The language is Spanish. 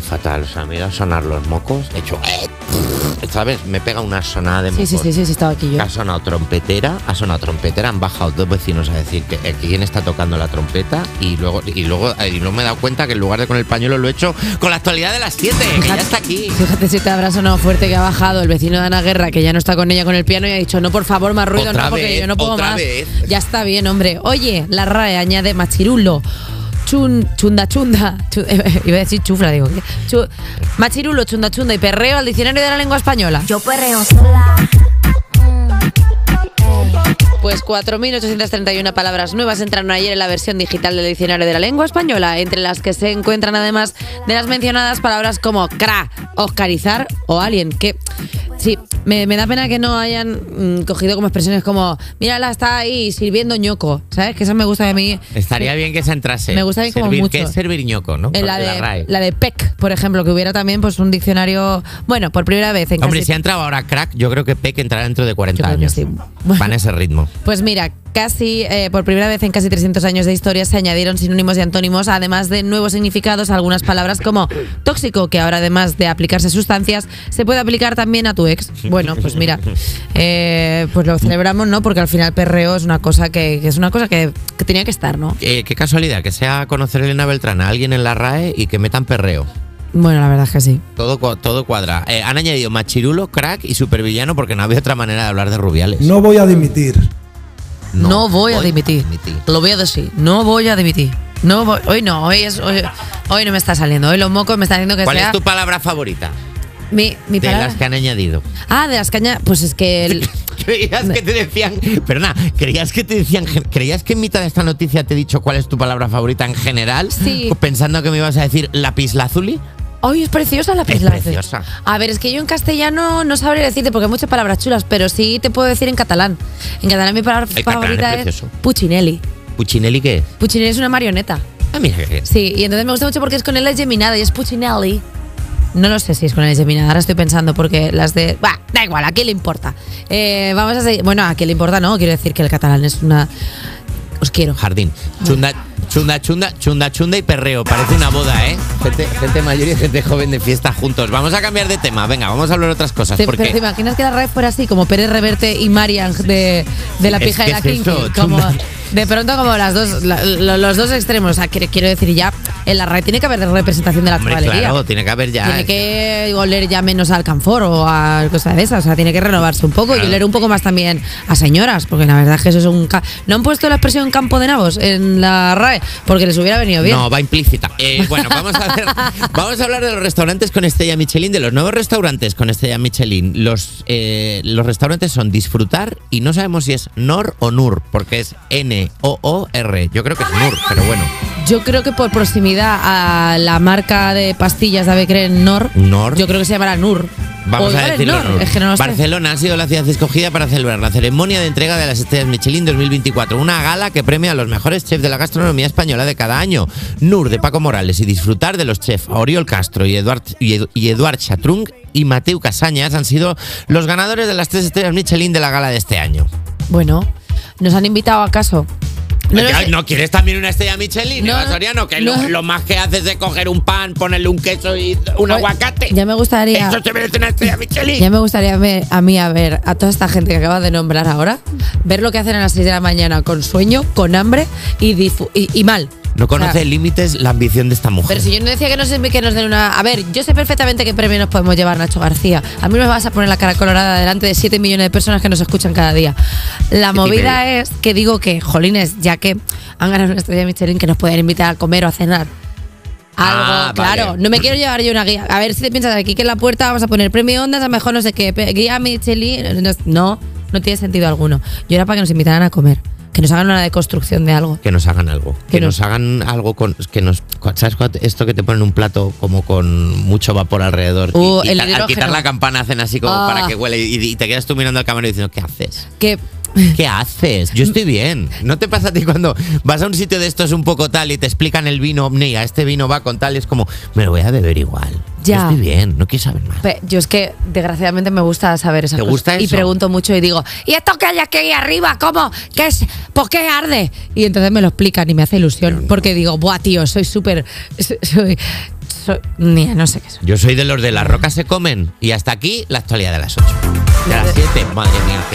fatal. O sea, me da a sonar los mocos. He hecho. eh, ¿Sabes? Me pega una sonada de Sí, mocos. sí, sí, sí, sí, estaba aquí yo. Ha sonado trompetera, ha sonado trompetera, han bajado dos vecinos a decir que eh, quién está tocando la trompeta y luego y luego eh, y luego me he dado cuenta que en lugar de con el pañuelo lo he hecho con la actualidad de las 7, que ya está aquí. Fíjate si te habrá sonado fuerte que ha bajado el vecino de Ana Guerra, que ya no está con ella con el piano, y ha dicho, no, por favor, más ruido, Otra no, porque vez, yo no puedo otra más. vez. Ya está bien, hombre. Oye, la RAE añade machirulo. Chun, chunda, chunda. Chu- iba a decir chufla, digo. ¿qué? Chu- machirulo, chunda, chunda y perreo al diccionario de la lengua española. Yo perreo sola. Pues 4.831 palabras nuevas entraron ayer en la versión digital del Diccionario de la Lengua Española, entre las que se encuentran además de las mencionadas palabras como cra, oscarizar o alien, que sí, me, me da pena que no hayan mm, cogido como expresiones como, mírala, está ahí sirviendo ñoco, ¿sabes? Que eso me gusta de mí. Estaría bien que se entrase. Me gusta bien como Servir- mucho. ¿Qué es servir ñoco, no? En la, Porque de, RAE. la de PEC, por ejemplo, que hubiera también pues un diccionario, bueno, por primera vez en Hombre, casi si ha entrado ahora crack, yo creo que Peck entrará dentro de 40 Yo creo que años. sí. Van a ese ritmo. Pues mira, casi eh, por primera vez en casi 300 años de historia se añadieron sinónimos y antónimos, además de nuevos significados, a algunas palabras como tóxico, que ahora además de aplicarse sustancias, se puede aplicar también a tu ex. Bueno, pues mira, eh, pues lo celebramos, ¿no? Porque al final perreo es una cosa que, que es una cosa que, que tenía que estar, ¿no? Eh, qué casualidad que sea conocer a Elena Beltrán a alguien en la RAE y que metan perreo. Bueno, la verdad es que sí. Todo, cua- todo cuadra. Eh, han añadido machirulo, crack y supervillano porque no había otra manera de hablar de Rubiales. No voy a dimitir. No, voy, a dimitir. Lo voy a decir. No voy a dimitir. No voy- hoy no, hoy es hoy, hoy no me está saliendo. Hoy los mocos me están haciendo que ¿Cuál sea es tu palabra favorita mi, mi de palabra. las que han añadido? Ah, de las cañas. Pues es que el- Creías que te decían, perdona, creías que te decían, creías que en mitad de esta noticia te he dicho cuál es tu palabra favorita en general, Sí. pensando que me ibas a decir lapislázuli. Ay, es preciosa la Es pizlace. preciosa. A ver, es que yo en castellano no sabré decirte porque hay muchas palabras chulas, pero sí te puedo decir en catalán. En catalán mi palabra El catalán favorita es es, precioso. Puccinelli. ¿Puccinelli qué es? Puccinelli es una marioneta. Ah, mira qué es. Sí, y entonces me gusta mucho porque es con L geminada y es Puccinelli. No lo sé si es con L geminada, ahora estoy pensando porque las de... Bah, da igual, ¿a quién le importa? Eh, vamos a seguir... Bueno, ¿a quién le importa? No, quiero decir que el catalán es una... Os quiero. Jardín. Chunda, chunda, chunda, chunda, chunda y perreo. Parece una boda, ¿eh? Gente, gente mayor y gente joven de fiesta juntos. Vamos a cambiar de tema. Venga, vamos a hablar otras cosas. Te- porque pero te imaginas que la red fuera así, como Pérez Reverte y Marian de, de la Es pija que y la es eso, kinky, como chunda. De pronto como las dos, la- lo- los dos extremos. O sea, quiero, quiero decir ya, en la red tiene que haber representación de la Hombre, chavalería. claro, tiene que haber ya. Tiene que oler ya menos al canfor o a cosas de esas. O sea, tiene que renovarse un poco Claro. y oler un poco más también a señoras, porque la verdad es que eso es un. ca- ¿No han puesto la expresión campo de nabos en la RAE? Porque les hubiera venido bien. No, va implícita. Eh, bueno, vamos a, hacer- vamos a hablar de los restaurantes con estrella Michelin, de los nuevos restaurantes con estrella Michelin. Los, eh, los restaurantes son disfrutar y no sabemos si es NOR o NUR, porque es N-O-O-R. Yo creo que es NUR, pero bueno. Yo creo que por proximidad a la marca de pastillas de Avecren Nor, Nor. yo creo que se llamará Nur. Vamos O a igual es decirlo. Nor, Nur. es que no lo sé. Barcelona ha sido la ciudad escogida para celebrar la ceremonia de entrega de las estrellas Michelin 2024, una gala que premia a los mejores chefs de la gastronomía española de cada año. Nur de Paco Morales y disfrutar de los chefs Oriol Castro y Eduard, y Edu- y Eduard Chatrung y Mateu Casañas han sido los ganadores de las tres estrellas Michelin de la gala de este año. Bueno, ¿nos han invitado acaso? No lo Ya, sé. ¿No quieres también una estrella Michelin, No, Eva Soriano? Que lo- no. Lo, más que haces es coger un pan, ponerle un queso y un Oye, aguacate. Ya me gustaría. Eso te merece una estrella Michelin. Ya me gustaría ver, a mí a ver a toda esta gente que acabas de nombrar ahora, ver lo que hacen a las 6 de la mañana con sueño, con hambre y, difu- y, y mal. No O sea, conoce límites la ambición de esta mujer. Pero si yo no decía que nos, que nos den una... A ver, yo sé perfectamente qué premio nos podemos llevar, Nacho García. A mí no me vas a poner la cara colorada delante de 7 millones de personas que nos escuchan cada día. La movida es que digo que, jolines, ya que han ganado una estrella Michelin, que nos pueden invitar a comer o a cenar. Algo, Ah, vale. claro. No me quiero llevar yo una guía. A ver, si te piensas aquí que en la puerta vamos a poner premio Ondas, a lo mejor no sé qué, pe- guía Michelin... No, No, no tiene sentido alguno. Yo era para que nos invitaran a comer. Que nos hagan una deconstrucción de algo. Que nos hagan algo. Que, Que no- nos hagan algo con. Que nos, ¿Sabes cuando- esto que te ponen un plato como con mucho vapor alrededor? Y- Uh, y, el ta- al hidrógeno. quitar la campana hacen así como Ah. para que huele. Y, y te quedas tú mirando al camarero diciendo, ¿qué haces? Que... ¿Qué haces? Yo estoy bien. ¿No te pasa a ti cuando vas a un sitio de estos un poco tal y te explican el vino omniga? Este vino va con tal y es como, me lo voy a beber igual. Ya. Yo estoy bien, no quiero saber más. Pe- Yo es que desgraciadamente me gusta saber esas ¿Te cosas. gusta Y eso? pregunto mucho y digo, ¿y esto que hay aquí arriba? ¿Cómo? ¿Qué es? ¿Por qué arde? Y entonces me lo explican y me hace ilusión. Porque digo, buah, tío, soy súper. soy- Soy, soy. Ni no sé qué soy. Yo soy de los de las rocas se comen. Y hasta aquí la actualidad de las 8. De las 7, madre mía. qué